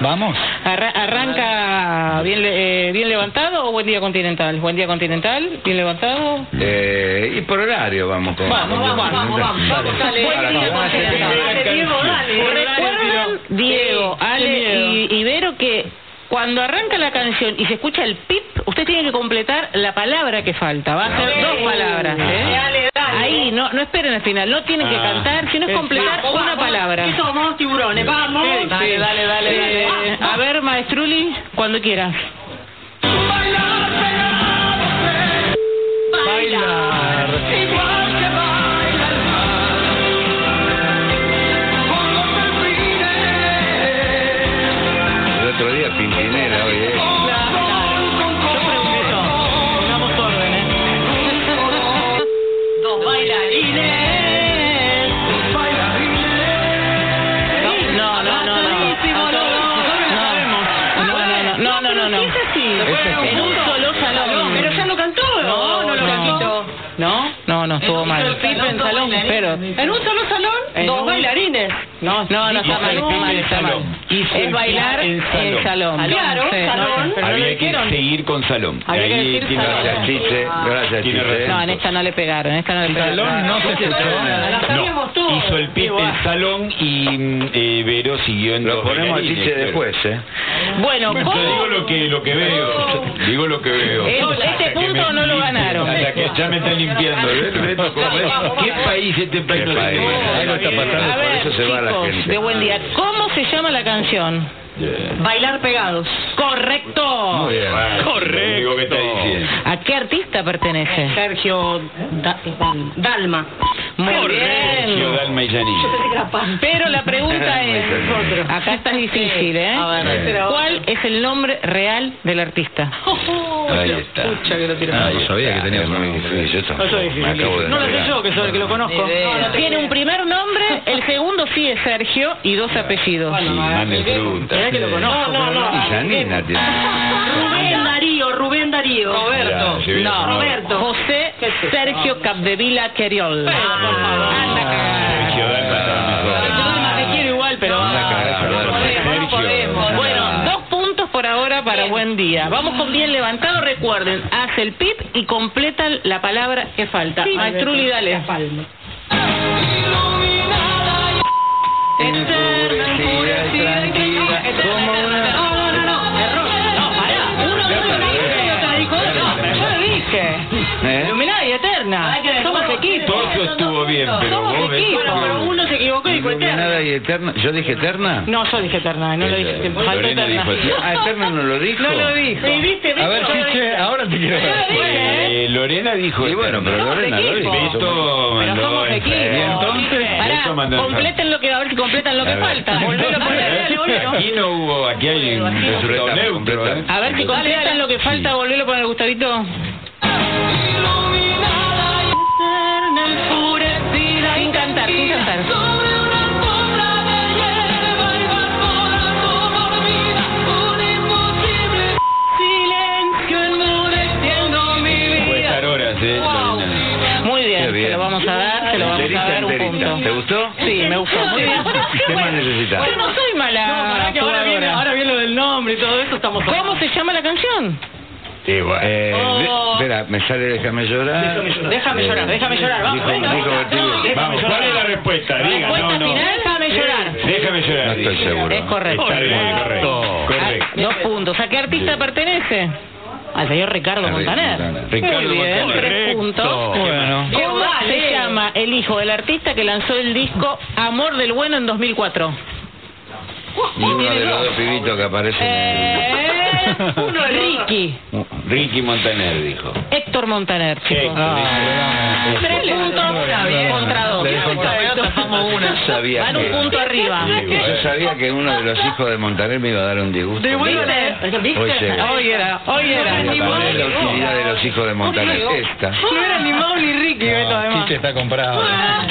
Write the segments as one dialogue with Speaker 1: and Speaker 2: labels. Speaker 1: Vamos.
Speaker 2: Arra- ¿Arranca bien, le- eh, bien levantado o buen día continental? Buen día continental, bien levantado.
Speaker 3: Eh, y por horario vamos con.
Speaker 2: Vamos, vamos, vamos, vamos, vamos, dale.
Speaker 3: Para
Speaker 2: Buen día
Speaker 3: tomar
Speaker 2: continental.
Speaker 3: una
Speaker 2: Dale,
Speaker 4: Diego,
Speaker 3: canción.
Speaker 4: dale.
Speaker 2: Recuerdan, Diego, Ale y, y Vero que cuando arranca la canción y se escucha el pip, usted tiene que completar la palabra que falta. Va a ser dos palabras. ¿eh?
Speaker 4: Dale, dale.
Speaker 2: Ahí, no, no esperen al final, no tienen que
Speaker 1: Ah.
Speaker 2: cantar, sino es completar
Speaker 4: Vamos,
Speaker 2: una
Speaker 4: vamos,
Speaker 2: palabra.
Speaker 4: que somos tiburones, vamos.
Speaker 2: Sí, sí. Eh, a ver, maestruli, cuando quieras.
Speaker 1: Bailar.
Speaker 3: El otro día Pimpinera, oye.
Speaker 2: Yo pregunto, pongamos orden, ¿eh?
Speaker 4: Dos bailarines.
Speaker 2: No, no, no, no. No, no, no, no, no, no,
Speaker 4: Asadísimo, Nosotros la sabemos.
Speaker 2: no.
Speaker 4: ¿Qué es así?
Speaker 3: Ese
Speaker 2: Fue
Speaker 3: sí.
Speaker 2: en un solo salón.
Speaker 4: Pero ya lo cantó.
Speaker 2: No, no lo cantó. ¿No? No, no, estuvo mal.
Speaker 4: Pero
Speaker 2: Pipe en salón, pero...
Speaker 4: En un solo salón,
Speaker 2: En
Speaker 4: dos
Speaker 2: un-
Speaker 4: bailarines.
Speaker 2: No, no, no, está
Speaker 1: Hizo
Speaker 2: mal,
Speaker 1: el
Speaker 2: está
Speaker 1: pibe
Speaker 2: mal,
Speaker 1: en
Speaker 2: está mal.
Speaker 1: salón. Hizo el
Speaker 2: Es
Speaker 1: pibe
Speaker 2: bailar
Speaker 1: en
Speaker 2: en
Speaker 1: salón.
Speaker 2: salón.
Speaker 4: Claro,
Speaker 2: Sí, no,
Speaker 4: salón.
Speaker 2: Pero no lo
Speaker 1: Había que
Speaker 2: hicieron.
Speaker 1: seguir con Salón.
Speaker 2: Había
Speaker 1: Ahí
Speaker 2: que decir
Speaker 1: tiene
Speaker 2: salón.
Speaker 3: Gracias,
Speaker 1: razón.
Speaker 3: Chiche. Gracias,
Speaker 1: Tiene
Speaker 3: Chiche.
Speaker 1: razón.
Speaker 2: No, en esta no le pegaron, en esta no le pegaron.
Speaker 1: Salón no se
Speaker 4: La
Speaker 1: escuchó.
Speaker 4: sabíamos todos.
Speaker 1: No, hizo el pipe en salón y mm, eh, Vero siguió en
Speaker 3: Lo
Speaker 1: dos
Speaker 3: ponemos a
Speaker 1: bailarines,
Speaker 3: Chiche
Speaker 1: claro.
Speaker 3: después, ¿eh?
Speaker 2: Bueno,
Speaker 1: Yo digo
Speaker 2: ¿cómo?
Speaker 1: lo que, lo que veo. Digo lo que veo.
Speaker 2: Eh,
Speaker 1: Hasta
Speaker 2: este
Speaker 1: que
Speaker 2: punto
Speaker 1: me
Speaker 2: no lo ganaron.
Speaker 1: Hasta que ya me están limpiando. ¿eh?
Speaker 3: Vamos, vamos,
Speaker 1: ¿Qué país este
Speaker 3: Qué
Speaker 1: país? no
Speaker 3: país.
Speaker 1: tiene? eh,
Speaker 3: Algo está pasando,
Speaker 2: A
Speaker 3: por
Speaker 2: ver,
Speaker 3: eso se va la
Speaker 2: chicos,
Speaker 3: gente.
Speaker 2: de buen día. ¿Cómo se llama la canción?
Speaker 1: Yeah.
Speaker 4: Bailar pegados.
Speaker 2: Correcto.
Speaker 3: Muy bien.
Speaker 1: Correcto. Digo que está diciendo.
Speaker 2: ¿A qué artista pertenece?
Speaker 4: Sergio Da- Dalma.
Speaker 2: Muy
Speaker 1: Sergio
Speaker 2: bien.
Speaker 1: Dalma y Yanina.
Speaker 2: Pero la pregunta es, acá está difícil, ¿eh?
Speaker 4: A ver,
Speaker 3: Eh.
Speaker 4: pero-
Speaker 2: ¿Cuál es el nombre real del artista?
Speaker 3: Ahí está.
Speaker 4: Pucha, que lo tiró.
Speaker 3: Ah, yo sabía que tenías un nombre. Yo tampoco. Me acabo de
Speaker 5: No lo sé
Speaker 3: enterar.
Speaker 5: yo, que soy el que lo conozco.
Speaker 4: Ni idea.
Speaker 5: No, no te-
Speaker 2: Tiene un primer nombre, el segundo sí es Sergio y dos apellidos.
Speaker 1: Sí, mande fruta.
Speaker 5: Mirá que lo conozco.
Speaker 4: No, no, no.
Speaker 3: Y Janina tiene.
Speaker 4: Rubén Darío, Rubén Darío.
Speaker 1: Roberto. Ya, yo hubiera
Speaker 4: No,
Speaker 1: tomado.
Speaker 4: Roberto.
Speaker 2: José Sergio Capdevila Queriol. Anda a cagar.
Speaker 1: Sergio Dalma
Speaker 3: Ah.
Speaker 1: está mejor.
Speaker 2: Dalma te quiero igual, pero ah,
Speaker 3: Anda a cagar,
Speaker 2: no
Speaker 3: Dalma.
Speaker 2: podemos, no
Speaker 1: Sergio.
Speaker 2: podemos.
Speaker 3: Anda.
Speaker 2: Bueno, dos puntos por ahora para buen día. Vamos con bien levantado, recuerden, hace el pip y completan la palabra que falta. Maestruli, dale.
Speaker 3: Enfurecida y tranquila, como una-
Speaker 2: No, no, no, no, error. No, pará. Uno,
Speaker 3: Ya
Speaker 2: uno lo
Speaker 3: perdí.
Speaker 2: dice y otro dijo otro. No, pero yo lo dije.
Speaker 3: ¿Eh?
Speaker 2: Iluminada y eterna.
Speaker 5: Ah,
Speaker 4: Hay que
Speaker 2: Somos
Speaker 4: dejarlo.
Speaker 2: equipo.
Speaker 1: Torso estuvo bien, pero
Speaker 2: Somos
Speaker 1: vos
Speaker 2: equipo.
Speaker 1: ves-
Speaker 4: Bueno, pero uno se equivocó y dijo
Speaker 3: Iluminada
Speaker 4: eterna.
Speaker 3: y eterna. ¿Yo dije eterna?
Speaker 2: No, yo dije eterna, no lo dije.
Speaker 1: Ella-
Speaker 2: faltó
Speaker 1: Lorena
Speaker 2: eterna.
Speaker 1: dijo así.
Speaker 3: Ah, eterna no lo dijo.
Speaker 2: No lo dijo.
Speaker 4: Sí, viste, viste.
Speaker 3: A ver,
Speaker 4: Yo lo dije.
Speaker 3: Chiche, ahora te quiero ver.
Speaker 1: Eh, Lorena dijo.
Speaker 3: Y bueno, pero
Speaker 2: Somos
Speaker 3: Lorena lo
Speaker 2: equipo.
Speaker 3: dijo.
Speaker 1: Beto
Speaker 2: Pero
Speaker 1: mandó
Speaker 2: somos equipo.
Speaker 1: enfermo.
Speaker 3: ¿Y entonces?
Speaker 2: Pará,
Speaker 1: Beto mandó enfermo.
Speaker 2: completen lo que a ver si completan lo que
Speaker 3: A ver.
Speaker 2: falta. Volvelo a poner, dale, volvelo.
Speaker 1: Aquí no hubo, aquí hay un resultado
Speaker 3: Completamos,
Speaker 1: neutro. ¿eh?
Speaker 3: completamos.
Speaker 2: A ver si completan lo que falta, volvelo a poner, Gustavito. Sin cantar, sin cantar.
Speaker 1: Puede estar horas, ¿eh? Lorena.
Speaker 2: Muy bien,
Speaker 3: Qué bien.
Speaker 2: se lo vamos a dar, se lo vamos a
Speaker 3: Enterita,
Speaker 2: dar un
Speaker 3: enterita.
Speaker 2: punto.
Speaker 3: ¿Te gustó?
Speaker 2: Sí, me gustó, muy bien.
Speaker 3: ¿Qué más necesitas?
Speaker 2: Yo no soy mala
Speaker 5: pará, que ahora viene,
Speaker 2: jugadora.
Speaker 5: ahora viene lo del nombre y todo eso, estamos
Speaker 2: ¿Cómo se llama la canción?
Speaker 3: Sí, bueno. Eh,
Speaker 5: Oh.
Speaker 3: de- Espera, me sale Déjame llorar.
Speaker 5: Déjame
Speaker 3: Eh,
Speaker 5: llorar, déjame llorar, vamos,
Speaker 3: dijo-
Speaker 5: venga,
Speaker 3: dijo
Speaker 5: venga,
Speaker 3: Bertiglio.
Speaker 5: no, déjame
Speaker 1: Vamos, ¿cuál es la respuesta? Diga,
Speaker 2: Respuesta
Speaker 1: no, no.
Speaker 2: final, déjame llorar.
Speaker 1: Déjame llorar.
Speaker 3: No estoy
Speaker 1: dice.
Speaker 3: seguro.
Speaker 2: Es correcto.
Speaker 1: Está bien, correcto. Correcto.
Speaker 2: Ah, Dos puntos. ¿A qué artista pertenece? Al señor Ricardo
Speaker 3: Ricardo
Speaker 2: Montaner.
Speaker 3: Montaner.
Speaker 1: Ricardo
Speaker 2: Muy bien,
Speaker 1: Montaner.
Speaker 2: tres
Speaker 1: Correcto.
Speaker 2: puntos.
Speaker 1: Bueno.
Speaker 2: ¿Cómo
Speaker 4: Dale.
Speaker 2: se llama el hijo del artista que lanzó el disco Amor del Bueno en 2004?
Speaker 3: Ni uno de los dos pibitos que aparecen. en Uh,
Speaker 2: Eh,
Speaker 4: uno de los dos.
Speaker 2: Ricky.
Speaker 1: Ricky Montaner dijo.
Speaker 2: Héctor Montaner,
Speaker 5: Ah,
Speaker 2: chicos.
Speaker 1: Ah.
Speaker 3: Ah,
Speaker 2: Tres puntos
Speaker 5: eh,
Speaker 2: contra dos.
Speaker 3: Le
Speaker 2: Tapamos
Speaker 3: el-
Speaker 2: una.
Speaker 3: Yo sabía
Speaker 2: Van un
Speaker 3: que-
Speaker 2: punto arriba.
Speaker 3: Yo sabía que uno de los hijos de Montaner me iba a dar un disgusto. Hoy llega.
Speaker 2: Hoy era, hoy era.
Speaker 3: Mira, para ver la utilidad de los hijos de Montaner. Esta.
Speaker 5: hubiera ni Mauli Ricky, ve lo demás.
Speaker 1: está comprado.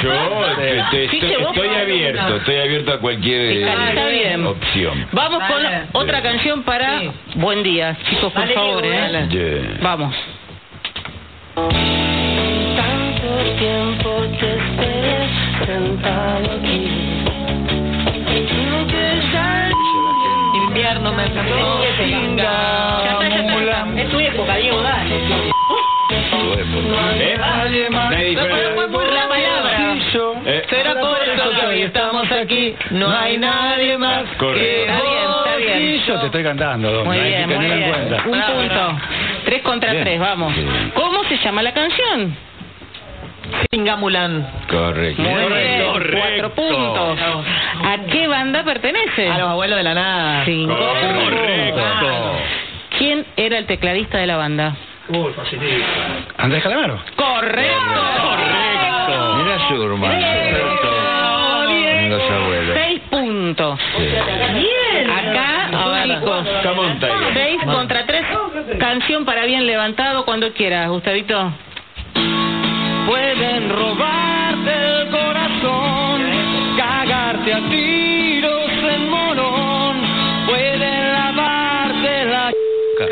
Speaker 1: Yo te- te-
Speaker 2: Chiche,
Speaker 1: estoy,
Speaker 2: vos
Speaker 1: estoy
Speaker 2: podés
Speaker 1: abierto,
Speaker 2: preguntar.
Speaker 1: estoy abierto a cualquier eh,
Speaker 2: Fiscaliza bien.
Speaker 1: opción.
Speaker 2: Vamos con
Speaker 4: Dale.
Speaker 2: otra canción para
Speaker 4: Sí.
Speaker 2: Buen Día, chicos, por
Speaker 4: Dale,
Speaker 2: favor.
Speaker 4: Diego,
Speaker 2: ¿eh?
Speaker 4: dale.
Speaker 1: Yeah.
Speaker 2: Vamos.
Speaker 6: Tanto tiempo te esperé sentado aquí. Creo que ya
Speaker 3: Dice la gente.
Speaker 5: cantar, no me alcanzó.
Speaker 4: Ya está, ya está, ya está. Es tu época, Diego, dale.
Speaker 1: ¿Eh? Nadie dijo nada.
Speaker 5: Fue por la palabra.
Speaker 1: ¿Eh?
Speaker 5: Será por eso que hoy estamos aquí. No hay nadie más.
Speaker 1: Correcto.
Speaker 2: Está bien, está bien.
Speaker 7: Yo te estoy cantando, don.
Speaker 2: Muy
Speaker 7: hay
Speaker 2: bien,
Speaker 7: que
Speaker 2: muy
Speaker 7: tenerlo en
Speaker 2: bien.
Speaker 7: cuenta.
Speaker 2: Un
Speaker 5: Bravo,
Speaker 2: punto.
Speaker 5: bravo.
Speaker 2: Tres contra
Speaker 3: Bien.
Speaker 2: tres, vamos.
Speaker 3: Bien.
Speaker 2: ¿Cómo se llama la canción?
Speaker 5: Singamulán.
Speaker 3: Correcto.
Speaker 2: Muy bien,
Speaker 1: Correcto.
Speaker 2: Cuatro puntos. ¿A qué banda pertenece?
Speaker 5: A los abuelos de la nada.
Speaker 2: Cinco.
Speaker 1: Correcto.
Speaker 2: ¿Quién era el tecladista de la banda?
Speaker 4: Uy, facilito.
Speaker 7: Andrés Calamaro.
Speaker 2: Correcto.
Speaker 1: Correcto.
Speaker 3: Mira su hermano. Con Los abuelos.
Speaker 2: Seis puntos.
Speaker 4: Bien.
Speaker 5: Ah,
Speaker 2: Acá, chicos.
Speaker 1: Come on, Tiger.
Speaker 2: Seis contra tres. Canción para bien levantado cuando quieras, Gustavito.
Speaker 7: Pueden robarte el corazón, cagarte a tiros en morón, pueden lavarte la
Speaker 3: Ca-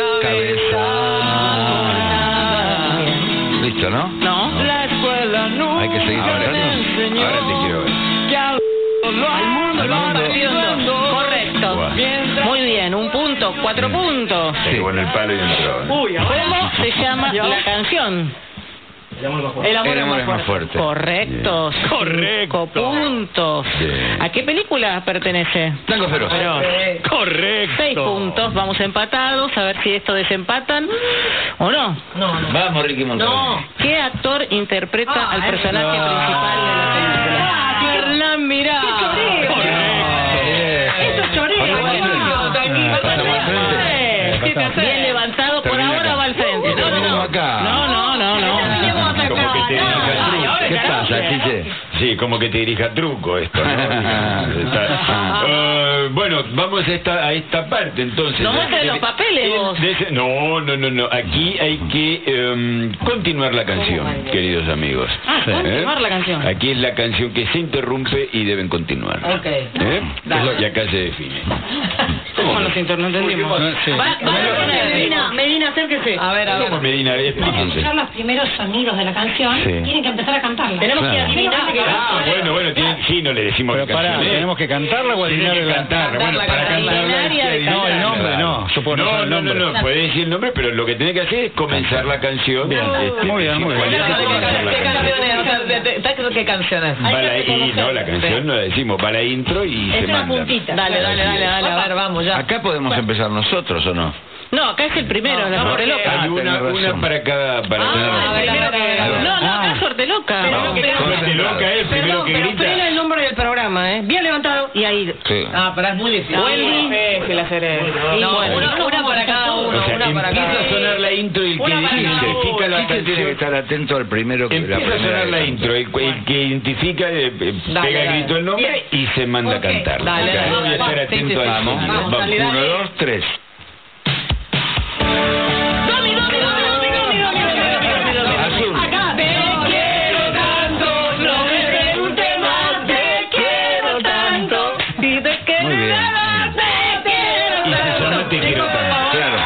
Speaker 3: cabeza. Listo, ¿no?
Speaker 2: No.
Speaker 7: La escuela nunca
Speaker 3: Hay que seguir
Speaker 7: me
Speaker 3: hablando.
Speaker 7: enseñó
Speaker 3: Ahora te quiero ver.
Speaker 7: que al lo al mundo
Speaker 3: Al
Speaker 7: lo
Speaker 3: mundo.
Speaker 7: haciendo.
Speaker 2: Correcto.
Speaker 3: Guau.
Speaker 7: Mientras
Speaker 2: Muy bien, un punto, cuatro puntos.
Speaker 3: Mm. Sí, con el palo y entró.
Speaker 5: Uy,
Speaker 2: ¿Cómo se llama la canción?
Speaker 5: El amor
Speaker 3: El
Speaker 5: es
Speaker 3: amor
Speaker 5: más
Speaker 3: es más
Speaker 5: fuerte.
Speaker 3: fuerte.
Speaker 2: Correcto. Correcto. puntos.
Speaker 3: Bien.
Speaker 2: ¿A qué película pertenece?
Speaker 3: Blanco feroz.
Speaker 1: Correcto.
Speaker 2: Seis puntos, vamos empatados, a ver si esto desempatan o no.
Speaker 3: Vamos, Ricky Montalbán.
Speaker 2: ¿Qué actor interpreta al personaje principal de la película?
Speaker 5: Hernán Mirá.
Speaker 3: Correcto.
Speaker 4: Eso es choreo.
Speaker 3: Pasamos al frente.
Speaker 4: No, tranquilo.
Speaker 3: Pasamos al frente.
Speaker 2: Eh, ¿qué te hace? Bien levantado, por
Speaker 3: Termina
Speaker 2: ahora
Speaker 3: acá.
Speaker 2: va al frente. No, no,
Speaker 3: Terminamos
Speaker 2: no.
Speaker 3: acá.
Speaker 2: No, no, no, no.
Speaker 1: Como que te dirija truco.
Speaker 3: ¿Qué pasa, Chiche?
Speaker 1: Sí, como que te dirija truco esto. ¿no?
Speaker 7: Ah.
Speaker 1: Está- Eh, bueno, vamos a esta, a esta parte entonces.
Speaker 2: No muestres
Speaker 1: De-
Speaker 2: los papeles,
Speaker 1: de-
Speaker 2: vos.
Speaker 1: de ese- no, no, no, no. Aquí hay que em, continuar la canción, queridos amigos.
Speaker 2: Ah,
Speaker 1: ¿Eh?
Speaker 2: continuar la canción.
Speaker 1: Aquí es la canción que se interrumpe y deben continuar.
Speaker 2: Ok.
Speaker 1: ¿Eh?
Speaker 2: Dale.
Speaker 1: Y acá se define.
Speaker 2: ¿Cómo nos inter- no entendimos? Va- va a poner-
Speaker 4: Medina, Medina, acérquese.
Speaker 5: A ver, a ver.
Speaker 1: Vamos, Medina, explíquense.
Speaker 2: Ah,
Speaker 8: escuchar los primeros sonidos de la canción,
Speaker 3: Sí.
Speaker 8: tienen que empezar a cantarla.
Speaker 4: Tenemos que
Speaker 3: Claro.
Speaker 4: adivinar. que-
Speaker 1: Ah, bueno, bueno, tiene- sí, no le decimos
Speaker 7: Pero
Speaker 1: qué
Speaker 7: pará,
Speaker 1: canción es.
Speaker 7: ¿tenemos que cantarla o adivinar el
Speaker 1: cantarla. Bueno, para cantarla hay que adivinar.
Speaker 7: No, el nombre no. Yo puedo
Speaker 1: No,
Speaker 7: anotar el
Speaker 1: no, no,
Speaker 7: nombre.
Speaker 1: no, puede decir el nombre, pero lo que tiene que hacer es comenzar la canción. Bien,
Speaker 7: Muy bien, muy bien.
Speaker 5: ¿Qué canciones? O sea, de- de- de- ¿Qué canciones?
Speaker 1: Va la, y no, la canción no la decimos, va la intro y se manda.
Speaker 5: Dale, dale, dale, dale, a ver, vamos ya.
Speaker 3: Acá podemos empezar nosotros o no?
Speaker 2: No, acá es el primero, la sorte loca.
Speaker 1: Hay una,
Speaker 3: tenés razón.
Speaker 1: una para cada... Para
Speaker 5: Ah,
Speaker 1: cada-
Speaker 5: a ver, a ver, a ver, a ver.
Speaker 2: No, no, acá es sorte loca.
Speaker 4: Pero- pero-
Speaker 1: Corte loca es el primero
Speaker 2: Perdón,
Speaker 1: que
Speaker 2: pero frena
Speaker 1: grita.
Speaker 2: el nombre del programa, ¿eh? Bien levantado. Y ahí.
Speaker 3: Sí.
Speaker 5: Ah, pero es muy difícil.
Speaker 2: Vuelve.
Speaker 5: difícil hacer
Speaker 2: eh.
Speaker 5: eso. No, una, una para cada uno,
Speaker 1: O sea,
Speaker 5: una para cada
Speaker 1: empieza a
Speaker 5: uno.
Speaker 1: sonar la intro y el que
Speaker 5: Una para cada
Speaker 1: dice,
Speaker 5: uno.
Speaker 1: fija la
Speaker 3: Chiche tiene que
Speaker 1: canción.
Speaker 3: estar atento al primero que la
Speaker 1: Empieza a
Speaker 3: primera
Speaker 1: sonar la
Speaker 3: vez.
Speaker 1: intro, el, que- el que identifica, eh, eh,
Speaker 5: Dale,
Speaker 1: pega el
Speaker 5: dale.
Speaker 1: grito el nombre y se manda a cantar.
Speaker 5: Dale,
Speaker 1: Ok,
Speaker 5: dale,
Speaker 1: voy a
Speaker 5: vamos,
Speaker 1: estar
Speaker 5: sí, sí,
Speaker 1: atento al
Speaker 5: vamos,
Speaker 1: sonido.
Speaker 5: vamos,
Speaker 1: Vamos.
Speaker 5: dale,
Speaker 3: Uno,
Speaker 5: dale.
Speaker 3: dos, tres.
Speaker 2: ¡Domi, domi, domi, domi, domi, domi, domi, domi, domi, domi!
Speaker 3: Azul.
Speaker 2: Acá. Te quiero tanto, no me preguntes más. Te quiero tanto. Si te quedas,
Speaker 3: Muy bien.
Speaker 2: te quiero
Speaker 1: Y se llama Te quiero tanto.
Speaker 3: Claro.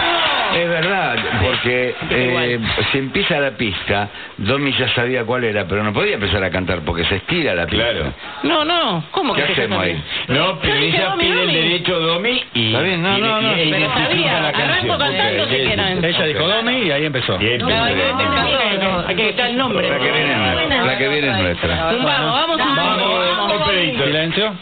Speaker 3: Es verdad, porque eh, si empieza la pista, Domi ya sabía cuál era, pero no podía empezar a cantar porque se estira la pista.
Speaker 1: Claro.
Speaker 2: No, no. ¿cómo
Speaker 3: ¿Qué
Speaker 2: que se
Speaker 3: hacemos
Speaker 2: llama?
Speaker 3: ahí?
Speaker 1: No, pero
Speaker 2: Yo dije
Speaker 1: ella
Speaker 2: Domi,
Speaker 1: pide el
Speaker 2: Domi.
Speaker 1: derecho Domi y...
Speaker 3: Está bien, no,
Speaker 1: y-
Speaker 3: no, no.
Speaker 1: y- y-
Speaker 2: Pero
Speaker 1: identifica
Speaker 2: sabía,
Speaker 1: la
Speaker 2: arranco
Speaker 1: canción.
Speaker 2: cantando
Speaker 1: Ok,
Speaker 2: si
Speaker 1: sí,
Speaker 2: quieran.
Speaker 1: sí.
Speaker 7: Ella dijo Domi y ahí empezó.
Speaker 1: Y empieza.
Speaker 5: No, en este caso, no.
Speaker 2: Hay que echar el nombre.
Speaker 3: La que viene es nuestra. La que viene es nuestra.
Speaker 2: Un vamos, vamos, un
Speaker 1: Vamos,
Speaker 2: vamos.
Speaker 1: un pedito.
Speaker 7: Silencio.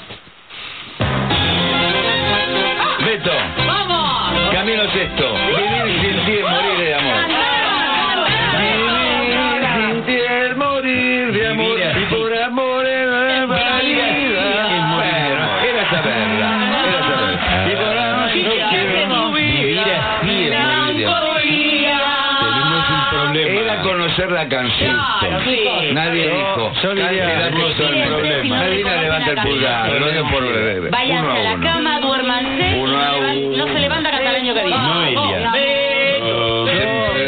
Speaker 3: Beto. ¡Vamos! Camilo Sexto. Vivir sin ti es morir de amor. Vivir sin ti es morir de amor.
Speaker 1: Vivir así.
Speaker 3: Y por amor es la valida.
Speaker 1: así es morir de amor.
Speaker 3: Bueno, Era saberla. Era saberla. Y por amor no quiero
Speaker 1: Vivir así es morir de amor. Tenemos un problema.
Speaker 3: Era conocer la canción. Nadie dijo.
Speaker 7: yo diría-
Speaker 3: Era
Speaker 1: Tenemos
Speaker 3: conocer
Speaker 1: un
Speaker 3: la
Speaker 1: problema.
Speaker 3: Nadie levanta el pulgar. No den por bebé.
Speaker 8: Vayan
Speaker 3: Uno
Speaker 8: a
Speaker 3: a
Speaker 8: la
Speaker 3: uno.
Speaker 8: cama, duérmanse.
Speaker 3: Uno a uno.
Speaker 8: No se levanta hasta el año que viene.
Speaker 1: Noelia.
Speaker 7: Yo,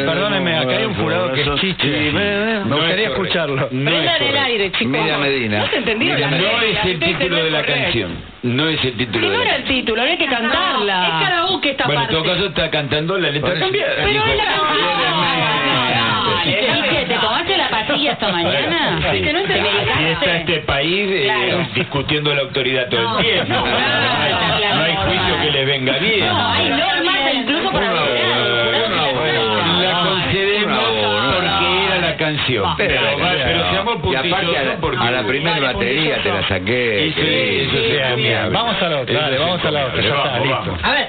Speaker 7: perdóneme, acá hay un jurado que es chiche. Me gustaría
Speaker 1: es correcto.
Speaker 7: escucharlo.
Speaker 1: No es
Speaker 2: Prendan el
Speaker 1: correcto.
Speaker 2: aire, chicos.
Speaker 3: Mira Medina.
Speaker 2: ¿No se entendió
Speaker 3: Mira
Speaker 2: la
Speaker 3: Medina.
Speaker 1: No es el título de la canción. No es el
Speaker 2: Si
Speaker 1: título de
Speaker 2: no
Speaker 1: la
Speaker 2: era el
Speaker 1: canción.
Speaker 2: título, había que cantarla.
Speaker 4: Es karaoke esta
Speaker 1: Bueno, en
Speaker 4: parte.
Speaker 1: todo caso está cantando la letra
Speaker 3: Parece-
Speaker 1: cambiada.
Speaker 2: Pero
Speaker 1: Dijo,
Speaker 2: es la canción.
Speaker 1: "Quieres
Speaker 2: Y
Speaker 1: me".
Speaker 2: que te tomaste la
Speaker 8: pastilla esta mañana?
Speaker 1: Sí.
Speaker 8: ¿Que no te
Speaker 1: Así está
Speaker 8: medicaste?
Speaker 1: este país eh,
Speaker 8: Claro.
Speaker 1: discutiendo la autoridad todo
Speaker 8: No,
Speaker 1: el tiempo.
Speaker 8: no,
Speaker 1: No, hay,
Speaker 8: claro,
Speaker 1: no hay
Speaker 8: claro.
Speaker 1: juicio que le venga bien.
Speaker 8: No, hay normas incluso para
Speaker 1: Una
Speaker 8: operar.
Speaker 1: bola, una bola. La concedemos porque era la canción. Pero,
Speaker 3: Espera,
Speaker 1: va,
Speaker 3: espera,
Speaker 1: pero
Speaker 3: no.
Speaker 1: seamos
Speaker 3: Y aparte a
Speaker 1: puntillosos
Speaker 3: la,
Speaker 1: porque...
Speaker 3: a la primera batería te la saqué.
Speaker 1: Sí, sí, eso sí, es amigable.
Speaker 7: Vamos a la otra,
Speaker 1: Eso
Speaker 7: dale,
Speaker 1: es
Speaker 7: vamos a la otra, ya
Speaker 1: vamos,
Speaker 7: está, listo.
Speaker 1: vamos.
Speaker 5: A ver.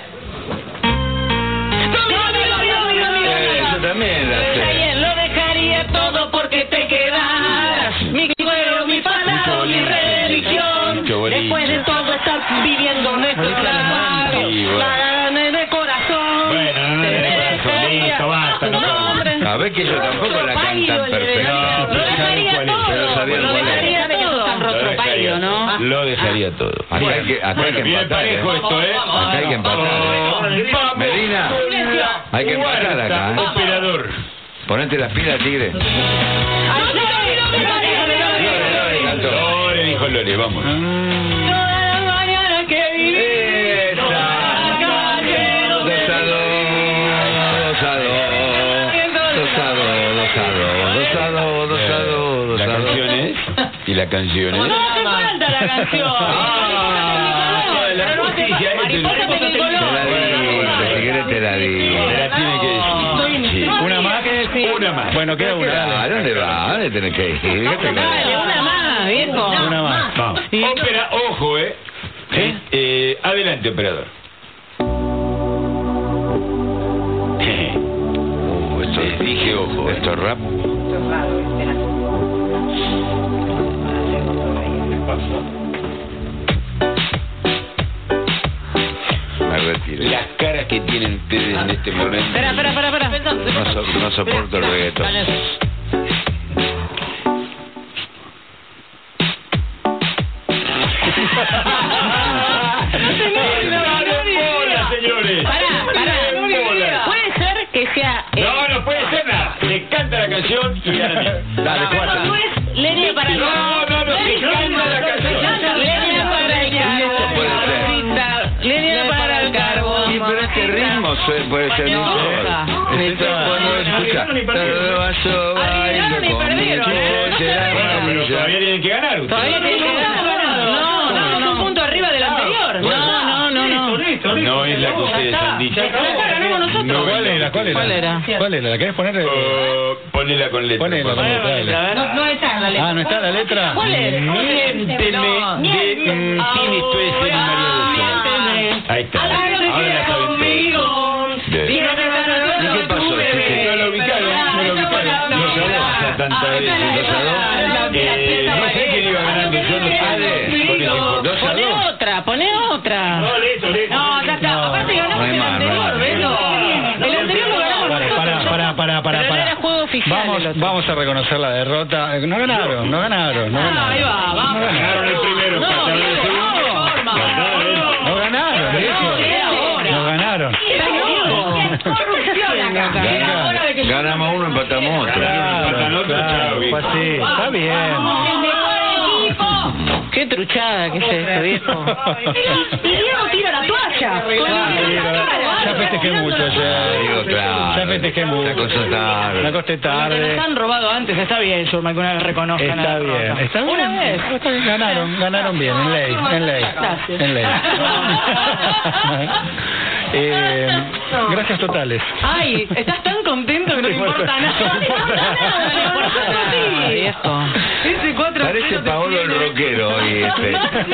Speaker 3: Eh, yo también la
Speaker 2: Está
Speaker 3: sé.
Speaker 2: bien, lo dejaría todo porque te quedas. Mi cuero, mi palabra, mi religión.
Speaker 1: Mucho boliche.
Speaker 2: Después de todo estar viviendo nuestro trabajo.
Speaker 1: Sí, bueno.
Speaker 2: La gané de corazón.
Speaker 1: Bueno, no, no,
Speaker 2: Te
Speaker 1: de
Speaker 2: dejaría
Speaker 1: corazón, listo, basta,
Speaker 2: tu
Speaker 1: no, no.
Speaker 2: nombre.
Speaker 3: A ver que yo tampoco la
Speaker 2: Pálido,
Speaker 3: cantan
Speaker 2: le dejaría-
Speaker 3: perfecto.
Speaker 2: Lo dejaría
Speaker 1: Pero
Speaker 2: todo.
Speaker 3: Pero sabían
Speaker 2: Lo
Speaker 3: cuál era.
Speaker 2: dejaría
Speaker 8: Sabe que sos tan
Speaker 2: todo.
Speaker 8: rojo. Otro pálido,
Speaker 2: Ah.
Speaker 8: ¿no?
Speaker 1: Lo dejaría todo.
Speaker 3: Acá hay que, acá hay
Speaker 1: Bueno,
Speaker 3: que
Speaker 1: bien
Speaker 3: empatar. ¿eh?
Speaker 1: parejo esto, ¿eh?
Speaker 3: Acá hay que empatar. ¿eh?
Speaker 1: Vamos.
Speaker 3: Medina, hay que empatar acá. ¿eh?
Speaker 1: Operador.
Speaker 3: Ponete las pilas, tigre.
Speaker 1: Lore, dijo Lore, vamos.
Speaker 7: Ah.
Speaker 3: Dosado, dosado, dosado, dosado, dosado, dosado,
Speaker 1: La
Speaker 3: dosado.
Speaker 1: canción es. Y la canción es. Ah, la justicia, este es-
Speaker 3: Te la dije, si querés te la
Speaker 1: Me
Speaker 3: dije.
Speaker 1: la tiene que decir. Sí.
Speaker 7: Una más.
Speaker 1: Una más.
Speaker 7: Bueno, queda una.
Speaker 3: Ah, ¿A
Speaker 7: dale.
Speaker 3: dónde va? ¿A dónde tenés que ir? Déjate caer.
Speaker 2: Una más, viejo.
Speaker 7: Una más.
Speaker 1: Vamos. Ópera, ojo, ¿eh? ¿Eh? Eh, adelante, operador.
Speaker 3: Uh, esto-
Speaker 1: Les dije ojo.
Speaker 3: Esto es rap. Me retiro.
Speaker 1: Las caras que tienen ustedes en este momento.
Speaker 2: Espera, espera, espera, espera.
Speaker 3: No, so- no soporto el reggaetón.
Speaker 1: No, no bola, señores.
Speaker 2: Pará, pará.
Speaker 1: No bola.
Speaker 2: Puede ser que sea. eh,
Speaker 1: No, no puede ser nada. Le canta la canción y ahora mismo.
Speaker 3: Dale, cuatro.
Speaker 2: No es leña para
Speaker 1: No, no, no, sí, canta la canción.
Speaker 2: Leña para el
Speaker 3: Esto puede ser.
Speaker 2: carbón. Leña para el carbón.
Speaker 3: Sí, pero este ritmo se- puede ser un sol.
Speaker 7: Sí.
Speaker 3: Esto cuando escucha.
Speaker 1: Arriesgaron y perdieron.
Speaker 3: "Todo vaso bailo
Speaker 2: Arriesgaron y
Speaker 3: con mi
Speaker 2: perdieron, ¿eh?
Speaker 3: chico,
Speaker 2: No se
Speaker 3: será
Speaker 1: Bueno, pero
Speaker 3: maravilla".
Speaker 1: todavía tienen que ganar ustedes.
Speaker 2: Todavía tiene que ganar. No, no, no. Un punto arriba del anterior. No, no, no, no.
Speaker 1: No es la que ustedes han dicho.
Speaker 7: No, ¿Cuál era? ¿Cuál era?
Speaker 2: ¿Cuál era?
Speaker 7: ¿Cuál era? ¿La querés poner?
Speaker 3: Oh,
Speaker 1: Eh, ponela con letra.
Speaker 7: Ponela con letra, dale.
Speaker 4: No, no está en la
Speaker 7: Ah, ¿no está la letra?
Speaker 2: ¿Cuál es?
Speaker 1: Miénteme de Tini Tuesday y María del Sol. Ahí está. Ahora la saben todos.
Speaker 3: ¿Y qué pasó?
Speaker 1: No lo ubicaron, no lo ubicaron. No se avanza tanta vez. Eh, No sé quién iba ganando, yo no sé. Con esa información.
Speaker 3: Dos a
Speaker 2: Poné
Speaker 3: dos.
Speaker 2: otra, poné otra.
Speaker 4: No, ya está. Aparte
Speaker 3: No
Speaker 4: ganamos
Speaker 3: hay
Speaker 4: el
Speaker 3: más, no hay
Speaker 4: anterior,
Speaker 3: más.
Speaker 4: Beto. El anterior lo ganamos
Speaker 7: Vale,
Speaker 4: nosotros.
Speaker 7: pará, pará, pará, pará,
Speaker 2: Pero no
Speaker 7: pará.
Speaker 2: era juego oficial el
Speaker 7: Vamos,
Speaker 2: otro.
Speaker 7: vamos a reconocer la derrota. Eh, No ganaron, no ganaron, no
Speaker 4: Ah, ahí
Speaker 7: ganaron. eh.
Speaker 4: va, vamos.
Speaker 1: Ganaron el primero, pasaron el segundo.
Speaker 7: No ganaron, viejo. No ganaron.
Speaker 4: Corrupción acá. Era hora de que yo-
Speaker 3: Ganamos uno, empatamos otro.
Speaker 1: Empatan
Speaker 7: Claro,
Speaker 1: otro, chao,
Speaker 7: claro,
Speaker 1: viejo.
Speaker 7: fue así. Está bien.
Speaker 4: El mejor equipo.
Speaker 2: Qué truchada que es esto, viejo.
Speaker 4: Y Diego tira la toalla. Con la cara.
Speaker 7: Ah, Ya festejé mucho
Speaker 3: Digo,
Speaker 7: ayer.
Speaker 3: claro.
Speaker 7: Ya festejé mucho.
Speaker 3: La cosa tarde.
Speaker 7: Me acosté
Speaker 4: Nos
Speaker 7: tarde.
Speaker 4: han robado antes, está bien, yo que una vez reconozcan.
Speaker 7: Está
Speaker 4: la derrota.
Speaker 7: bien, está bien.
Speaker 4: Una vez.
Speaker 7: Está bien, Ganaron, ganaron bien, en ley, en ley.
Speaker 4: Gracias.
Speaker 7: En ley. Eh, gracias totales.
Speaker 4: Ay, estás tan contento que no te importa nada. No te importa nada, no te importa nada.
Speaker 2: Ah, viejo.
Speaker 4: Ese 4
Speaker 3: Parece Paolo el rockero hoy. Este.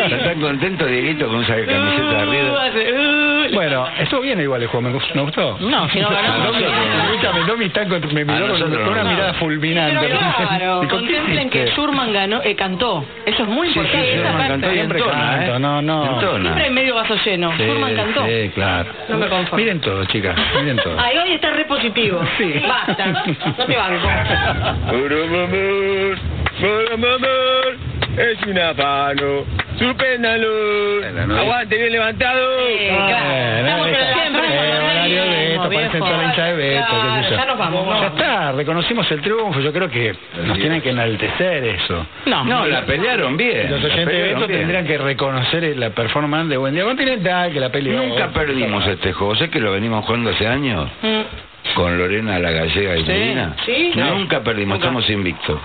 Speaker 3: Está tan contento Dieguito con esa camiseta
Speaker 4: Uh,
Speaker 3: arriba.
Speaker 7: Bueno, estuvo bien igual el juego, me gustó. Me gustó.
Speaker 2: No, si no ganamos.
Speaker 3: nosotros no.
Speaker 7: Escúchame, Domi está con, me miró con,
Speaker 3: nosotros
Speaker 7: con una
Speaker 3: no.
Speaker 7: mirada fulminante.
Speaker 4: Pero claro,
Speaker 7: ¿Y con qué
Speaker 4: contemplen que
Speaker 7: hiciste?
Speaker 4: Schurman ganó, eh, cantó. Eso es muy
Speaker 3: Sí, sí,
Speaker 4: importante. esa
Speaker 3: Sherman
Speaker 4: parte.
Speaker 3: cantó y
Speaker 7: Siempre
Speaker 3: entona,
Speaker 7: canto,
Speaker 3: ¿eh?
Speaker 7: no, no.
Speaker 3: Entona.
Speaker 4: Siempre en medio vaso lleno.
Speaker 7: Sí,
Speaker 4: Schurman cantó.
Speaker 7: Sí, claro.
Speaker 4: No me conformo.
Speaker 7: Miren todo, chicas, miren todo.
Speaker 4: Ay, hoy está re positivo.
Speaker 7: Sí.
Speaker 4: Basta, no te banco.
Speaker 7: es una pano.
Speaker 3: Bueno, no hay-
Speaker 7: bien levantado.
Speaker 4: Eh, claro. Estamos en el siempre,
Speaker 7: Eh,
Speaker 4: con el
Speaker 7: horario
Speaker 4: mismo,
Speaker 7: de esto,
Speaker 4: viejo.
Speaker 7: parece toda la hinchada de Beto,
Speaker 4: Claro,
Speaker 7: qué sé yo.
Speaker 4: ya nos vamos, vamos.
Speaker 7: Ya está, reconocimos el triunfo, yo creo que nos tienen que enaltecer eso.
Speaker 2: No.
Speaker 3: No, la pelearon bien.
Speaker 7: Los
Speaker 3: la
Speaker 7: oyentes de
Speaker 3: pelearon
Speaker 7: Beto
Speaker 3: bien.
Speaker 7: tendrían que reconocer la performance de Buen Día Continental, que la peleó.
Speaker 4: Mm.
Speaker 3: Nunca perdimos este juego. Sé que lo venimos jugando hace años. con Lorena la gallega y Medina,
Speaker 2: sí.
Speaker 3: nunca perdimos, estamos invictos.